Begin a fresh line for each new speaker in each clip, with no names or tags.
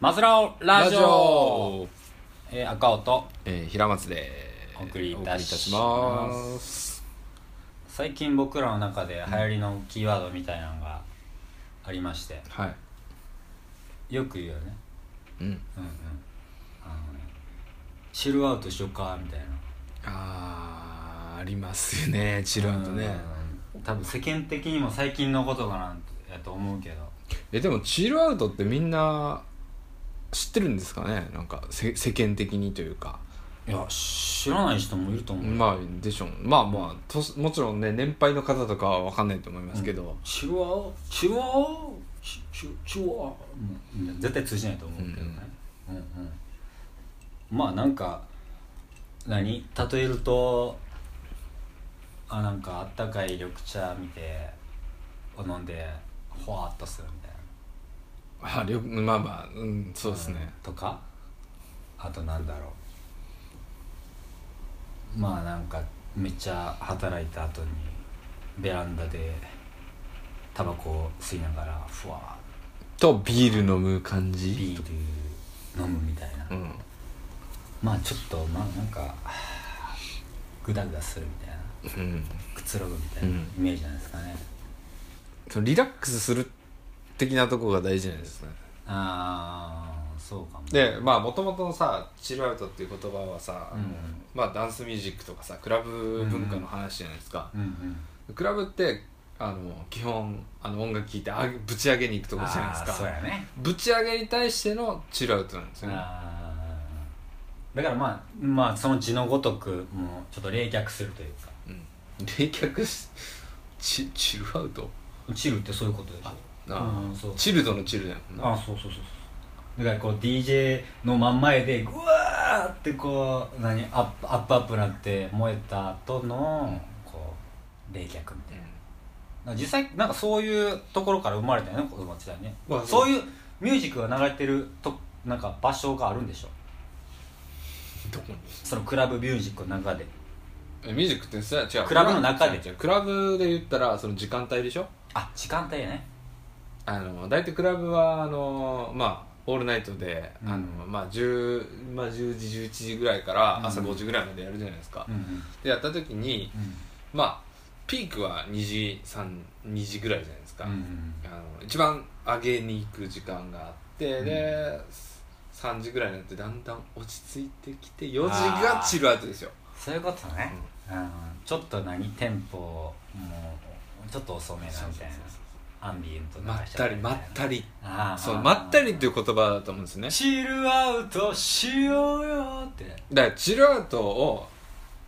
マズラオラジオ
ラジオ
えー赤尾と
えー、平松で
お送りいたし
お
ます
送りいたします
最近僕らの中で流行りのキーワードみたいなのがありまして
はい
よく言うよね
うん
うんうんあのねチルアウトしよっかみたいな
あーありますよねチルアウトね
うん多分世間的にも最近のことかなやと思うけど
えでもチルアウトってみんな知ってるんですかねなんかせ世間的にというか
いや知らない人もいると思うよ
まあでしょうまあまあともちろんね年配の方とかは分かんないと思いますけど、
チュワオチュワオチチュチュワオもう絶対通じないと思うけどね、うんうんまあなんか何例えるとあなんかあったかい緑茶見てを飲んでほわっとするみたい
ありょまあまあ、うん、そう
な
ですね、
とかあとなんだろうまあなんかめっちゃ働いた後にベランダでタバコを吸いながらふわーっと
とビール飲む感じ
ビール飲むみたいな、
うん
まあちょっとまあなんかグダグダするみたいな
うん
くつろぐみたいな
う
イ
ん
メージなんですかね、
そのリラックスする的なとこが大事なんですね
ああそうかも
でまあもともとのさチルアウトっていう言葉はさ、
うん
まあダンスミュージックとかさクラブ文化の話じゃないですか、
うんうん
クラブってあの基本あの音楽聴いてあぶち上げに行くとこじゃないです
あーそう
か
やね
ぶち上げに対してのチルアウトなんですよね
あーだからまあまあその字のごとくもうちょっと冷却するというか
うん冷却しチチルアウト
チルってそういうことでしょ
あ
うんそう
チルドのチルだよ、
あそうそうそうそうだからこう DJ の真ん前でグワーってこう何アップアップアップなって燃えた後のこう冷却みたいな実際なんかそういうところから生まれたよね子供時代ね、
まあ
そう
う
いうミュージックが流れてるとなんか場所があるんでしょ
どこに
そのクラブミュージックの中で
えミュージックってそれは違う
クラブの中で
違う違うクラブで言ったらその時間帯でしょ
あ時間帯ね
あの大体クラブはあのまあオールナイトで、
うん
あのまあ 10, まあ10時11時ぐらいから朝
うん
5時ぐらいまでやるじゃないですか、
うんうん
でやった時に
う
まあピークは2時32時ぐらいじゃないですか、
んうん
あの一番上げに行く時間があって、で3時ぐらいになってだんだん落ち着いてきて4時がチルアウトですよ
そういうことね、うん、ちょっと何テンポもうちょっと遅めなみたいなアンビエント流
まっ
しちゃ
た
う
り
みたいな
まったり
あー
そう
あー
まったりっていう言葉だと思うんですよね
チルアウトしようよって
だからチルアウトを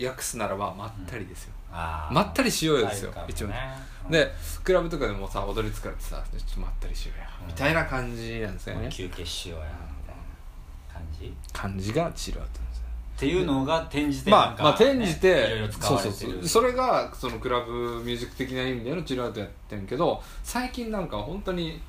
訳すならばまったりですよ、
あー
まったりしようよですよ
まったり
一
か
応
もね
でクラブとかでもさ踊り疲れてさちょっとまったりしようや、
うん
みたいな感じなんです
うん
よね
休憩しようやみたいな感じっ
感じがチルアウトなんですよ
ていうのが転じて
まあまあ
なんかね
転じ
いろいろ
て
使
そう
わ
そ
れ
う
て
そう
る
それがそのクラブミュージック的な意味でのチルアウトやってんけど最近なんか本当に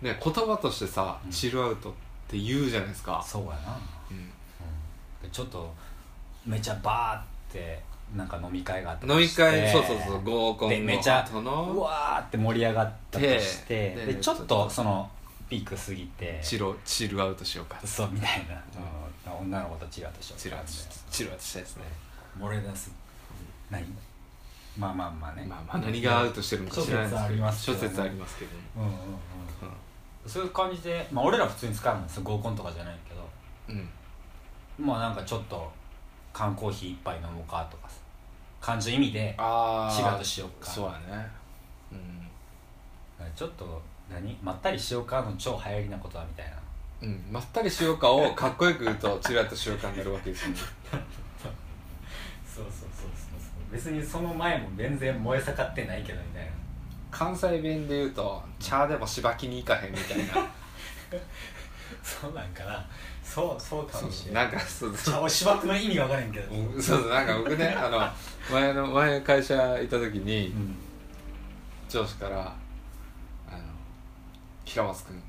ね言葉としてさ、
うん
チルアウトって言うじゃないですか、
そうやな
うん
でちょっとめちゃバーってなんか飲み会があった
飲
と
み
して
会そうそうそう合コン
で
の
めちゃ
後
う
の
わーって盛り上がったとして
で
で
で
ちょっとそのピーク過ぎて
チロチルアウトしようか
そうみたいな、うん女の子とチラとしよう
チルアウトしチルアウトしたいですね
漏れ出す何まあまあまあね、
まあまあ何がアウトしてるのか知らないんですけど
諸
諸
説
説
あ
あ
り
りますけどね
うんうんうんそういう感じでまあ俺ら普通に使うんですよ合コンとかじゃないけど
うん
まあなんかちょっと缶コーヒー一杯飲もうかとかさ感じの意味で
あ
チラとしようか
そうだねうん
ちょっと何まったりしようかの超流行りなことはみたいな
うん、まったりしようかをかっこよく言うとチラッとしようかになるわけです よね
そうそうそうそうそう別にその前も全然燃え盛ってないけどみたいな
関西弁で言うと茶でもしばきに行かへんみたいな
そうなんかなそうそうかもしれない
なんかそうそう
茶をしばくの意味が分からへんけどうん
そうそうなんか僕ねあの前の前会社行った時に上司から「あの平松君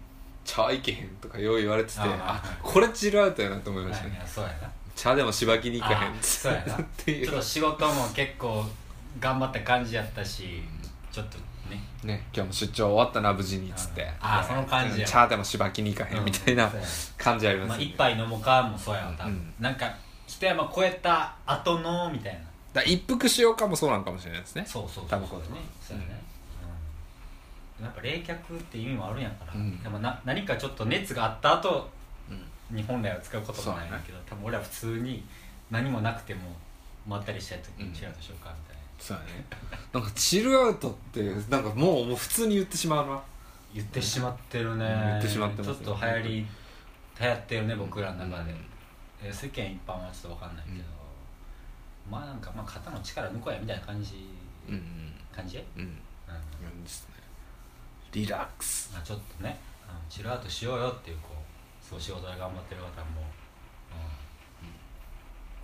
茶行けへん」とかよう言われてて
あ
あ
ー
これチルアウトやなと思いました
い
ね
やそうやな
茶でもしばきに行かへん
あそうやな
ってい
ちょっ
う
と仕事も結構頑張った感じやったしちょっとね
ね、今日も出張終わったな無事にっつって
ああその感じや
チャーでもしばきに行かへんみたいな
そうや
感じありま
まあ、
すね
一杯飲もうかもそうやわ多分、
うん
なんか一山越えた後のみたいな
だから一服しようかもそうなんかもしれないですね
そうそうそう
タバコとか
ねそうやね、うんやっぱ冷却っていう意味もあるんやから、
うん
でもな何かちょっと熱があった後
うん
に本来は使うこともないんだけど、多分俺は普通に何もなくてもまったりしたい時にチェアとしようかみたいな、
そうやねなんかチルアウトってなんかもうもう普通に言ってしまうな
言ってしまってるね、
うん言ってしまってますね
ちょっと流行り流行ってるね僕らの中で、
うん
えー世間一般はちょっと分かんないけど、まあなんか、まあ、肩の力抜こうやみたいな感じ、
うん
感じ、うん
うんうんうんですねリラックス
まあ、ちょっとねあのチルアウトしようよっていうこうそう仕事で頑張ってる方も、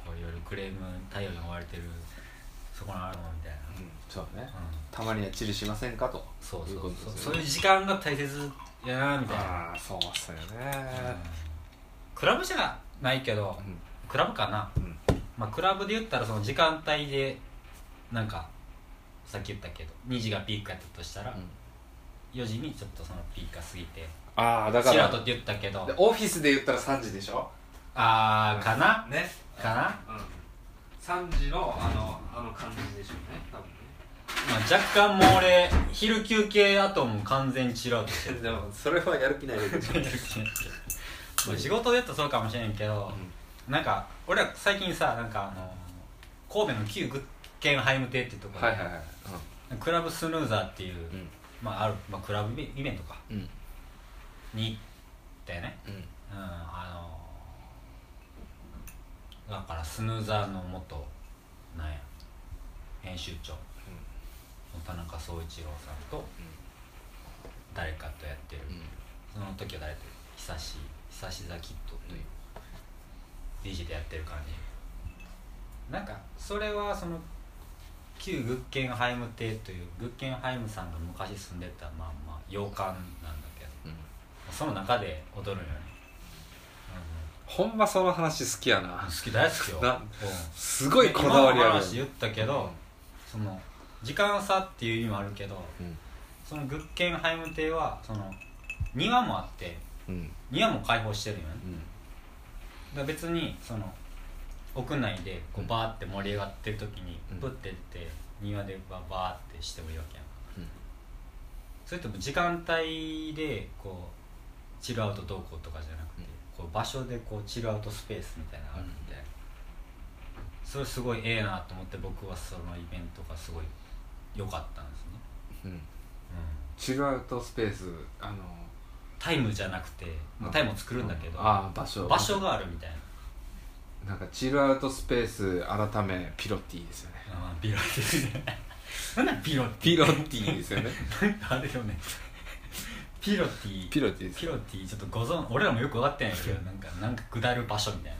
うんこういろいろクレーム対応に追われてるそこのあるのみたいな、
うんそうだね
うん
たまにはチルしませんかと
そうそう
いうこと
そう
です
そう
ね
いう時間が大切やなみたいな、
ああそうっすよ
うん
ね
クラブじゃないけど、クラブかな、
うんうん
まあ、クラブで言ったらその時間帯でなんかさっき言ったけど2時がピークやったとしたら、4時にちょっとそのピークが過ぎて
ああだか
チラトっ
ら
て言ったけど
でオフィスで言ったら3時でしょ
ああかな
ね
かな、
うん3時のあのあの感じでしょうね多分ね
まあ、若干もう俺昼休憩後も完全にチラトして る
でもそれはやる気ないでしょ
まあ仕事で言ったらそうかもしれんけど、なんか俺ら最近さなんかあの神戸の旧グッケンハイム亭っていうところ
は
で、
いはいはい
クラブスヌーザーっていう、
うん
まあある、まあ、クラブイベントか
うん
に行ったよね
うん
うんあのだからスヌーザーの元なんや編集長の田中総一郎さんと誰かとやってる、その時は誰と久し久しザキッドという DJ でやってる感じなんかそれはその旧グッケンハイム邸というグッケンハイムさんが昔住んでたまあまあ洋館なんだけどその中で踊るんよね、
ほんまその話好きや
うん
な
好き大好きよ
な
うん
すごいこだわり
今の
ある
話言ったけど、その時間差っていう意味もあるけど
うん
そのグッケンハイム邸はその庭もあって
うん
庭も開放してるんよね
うん
だから別にその屋内でこうバーって盛り上がってる時に
うん
プッて出て庭でバーってしてもいいわけやんそれとも時間帯でこうチルアウトどうこうとかじゃなくて、こう場所でこうチルアウトスペースみたいなのがあるんで、それすごいええなと思って僕はそのイベントがすごい良かったんですね、
うん
うん、
チルアウトスペースあの
タイムじゃなくて、まあ、タイムを作るんだけど、
ああ場所
場所があるみたいな、
なんかチルアウトスペース改めピロティですよね
あービロティねなんだビロティ
ピロティですよね
なんかあれよねピロティ
ピロティです
ピロティちょっとご存俺らもよく分かってないけどなんかなんか下る場所みたい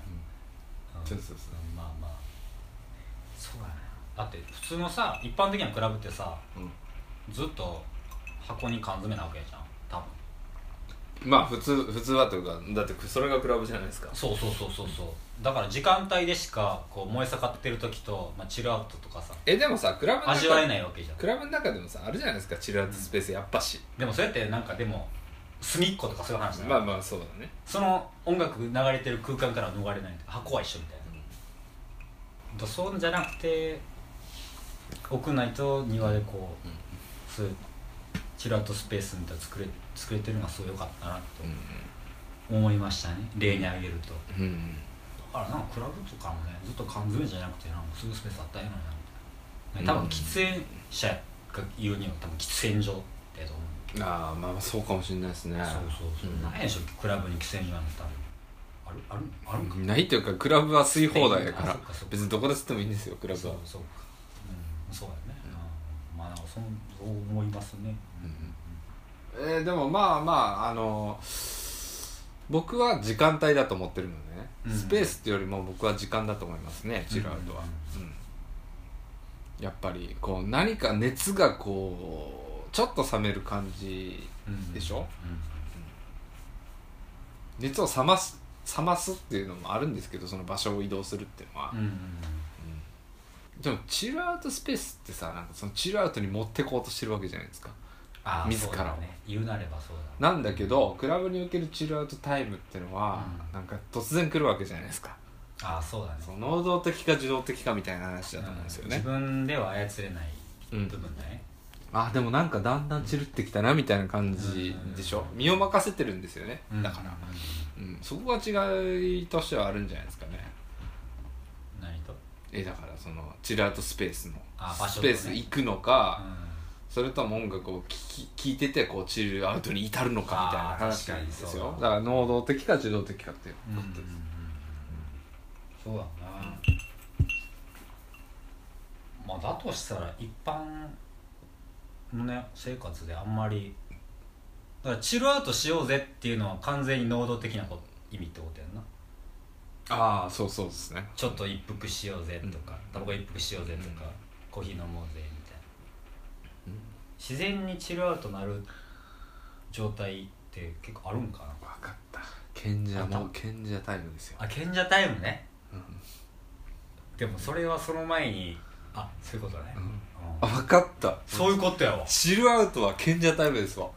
な、ん
そうそうそ
んまあまあそうだねだって普通のさ一般的なクラブってさ
うん
ずっと箱に缶詰なわけじゃん多分
まあ普通普通はというかだってそれがクラブじゃないですか
そうそうそうそうそうだから時間帯でしかこう燃え盛ってる時と、まあ、チルアウトとかさ
えでもさクラブの中
味わえないわけじゃん
クラブの中でもさあるじゃないですかチルアウトスペースやっぱし、
でもそうやってなんかでも隅っことかそういう話だよ
まあまあそうだね
その音楽流れてる空間からは逃れない箱は一緒みたいな、だそうじゃなくて屋内と庭でこう、
うん
そういうチルアウトスペースみたいなの作れ作れてるのがすごい良かったなと思いましたね例に挙げると、だ
うんうん
からなんかクラブとかもねずっと缶詰じゃなくてなんかそういうスペースあったらええのになみたいな、
う
多
ん
分喫煙者が言うには多分喫煙所だと思う
ああまあまあそうかもしれないですね
そうそうそう、
うん
ないでしょクラブに喫煙所なんて多分あるあるあるんか、
ないというかクラブは吸い放題やか
あ
ら
そうかそうか
別にどこで吸ってもいいんですよクラブ
そう
は
そうか、うん、そうだよね、うんまあなんかそうそう思いますね、
えーでもまあまああの僕は時間帯だと思ってるのでね、
うん
スペースっていうよりも僕は時間だと思いますねチルアウトは、うんやっぱりこう何か熱がこうちょっと冷める感じ
うん
でしょ、
うん
熱を冷ます冷ますっていうのもあるんですけどその場所を移動するっていうのは、
うんうんうん
でもチルアウトスペースってさなんかそのチルアウトに持ってこうとしてるわけじゃないですか
あー
自らを
そうだね言うなればそうだ
なんだけどクラブにおけるチルアウトタイムってのは、
うん
なんか突然来るわけじゃないですか
ああそうだね
その能動的か受動的かみたいな話だと思うんですよ
自
ね、
分では操れない
うん
部分だね、
あでもなんかだんだん散るってきたなみたいな感じでしょ身を任せてるんですよね
うん
だから、うん、そこが違いとしてはあるんじゃないですかね
何と
えだからそのチルアウトスペースの
あ場所
ス
と
ペ
ね
ース行くの
う
か、
ん
それとも音楽を聴き聞いててこうチルアウトに至るのかみたいな話なんです
あー確かにそう
よ
だ
だから能動的か受動的かっていうことです、
そうだな、まあだとしたら一般のね生活であんまりだからチルアウトしようぜっていうのは完全に能動的なこと意味ってことやんな
ああそうそうですね
ちょっと一服しようぜとか
うん
タバコ一服しようぜとか、
うん
コーヒー飲もうぜみたいな
うん
自然にチルアウトなる状態って結構あるんかな
分かった賢者
あ
も
っ
賢者タイムですよ、
あ賢者タイムね
うん
でもそれはその前にあそういうことね、
うん
うん
あ分かった
そういうことやわ
チルアウトは賢者タイムですわ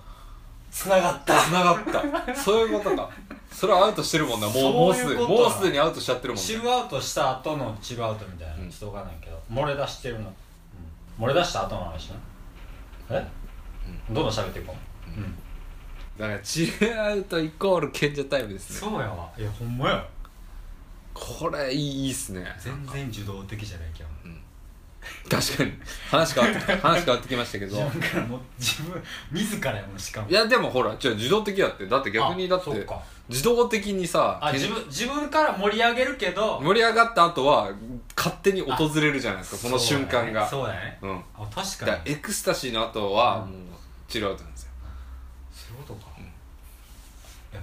つながっ
つながったそういうことかそれはアウトしてるもんなもうもうす
そうい
で
うこ
に
とだ
もうすでにアウトしちゃってるもん
チ
ね
ルアウトした後のチルアウトみたいな、
うん
ちょっとわかんないけど漏れ出してるの、うん、漏れ出した後の話なえ、どんどん喋っていこう、うん
だからチルアウトイコール賢者タイムですね
そうやわいやほんまや
これいいいいっすね
全然受動的じゃないけど
確かに話変わってきた話変わってきましたけど
自分からも自分自らやもんしかも
いやでもほらじゃあ自動的やってだって逆にだっ
あそう
て
か
自動的にさ
あ
賢
自分自分から盛り上げるけど
盛り上がった後は勝手に訪れるじゃないですかその瞬間が
そうだね
う
そうだね
ん
あ確
だか
からに
エクスタシーの後は
う
も
ん
うチルアウトなんですよ
そういうことか、
うん
いや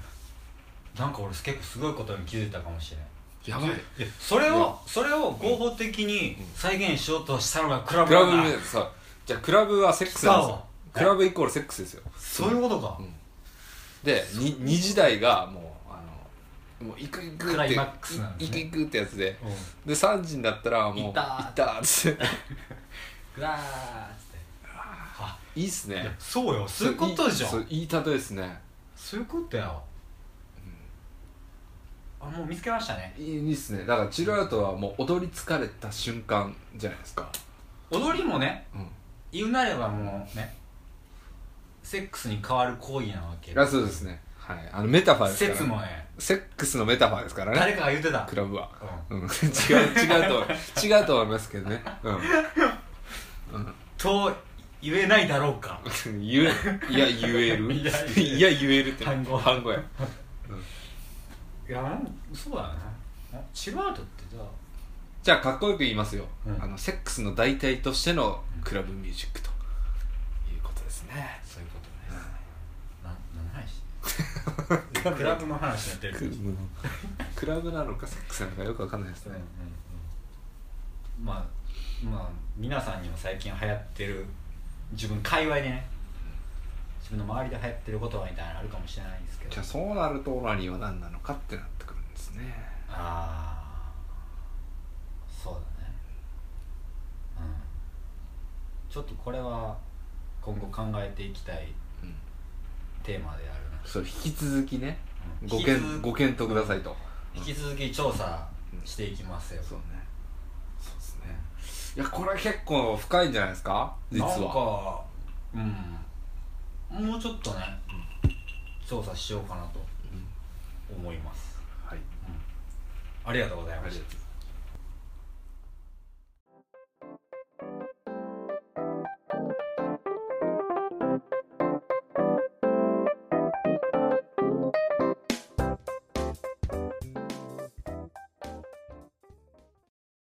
なんか俺結構すごいことに気づいたかもしれない
やばい
いやそれ
い
を
や
それを合法的に再現しようとしたのがクラブ
クラ
だ
ブ
な
でさじゃあクラブはセックスなんで
来たわ
すよクラブイコールセックスですよ
そういうことか、
うんでに2時台がもうあのもう行く行く
クラ
って
イマックスなんで
行
す
く
ね
行くってやつで
うん
で3時になったらもう
行ったー
行ったーっつって
グラーっつってあ
いいっす
いや
ね
そうよそういうことじゃん
そういい例えですね
そういうことやわ、あもう見つけましたね
いいいいっすねだからチルアウトはもう踊り疲れた瞬間じゃないですか
踊りもね
うん
言うなればもうねセックスに変わる行為なわけ
あそうですねはいあのメタファーですから
説もね
セックスのメタファーですからね
誰かが言ってた
クラブは
うん
うん 違う違うと思う違うと思いますけどねうん
と言えないだろうか
言えいや言え る
い
い
や言
や
える
言えるって
単語
単語や
いやうんそうだよねチルアウトってじゃあ
じゃあかっこよく言いますよ、
うん
あのセックスの代替としてのクラブミュージックということですね
そういうことですねな何の話クラブの話になってる
クラブのクラブなのかセックスなのかよくわかんないです
うん
ね
うん、うんまあまあ皆さんにも最近流行ってる自分界隈でね自分の周りで流行ってる言葉みたいなのあるかもしれないですけど
じゃあそうなるとオナニーは何なのかってなってくるんですね
ああそうだねうんちょっとこれは今後考えていきたい
うん
テーマであるな
そう引き続きね
うん
ご
引き
検
続
ご検討くださいと、
引き続き調査していきますよ、
そうねそうですねいやこれ結構深いんじゃないですか実
なん
は
かうんもうちょっとね、調査しようかなと
うん
思います、
はい
ありがとうござい
ありが
ま
とうご
し
ざ
た
います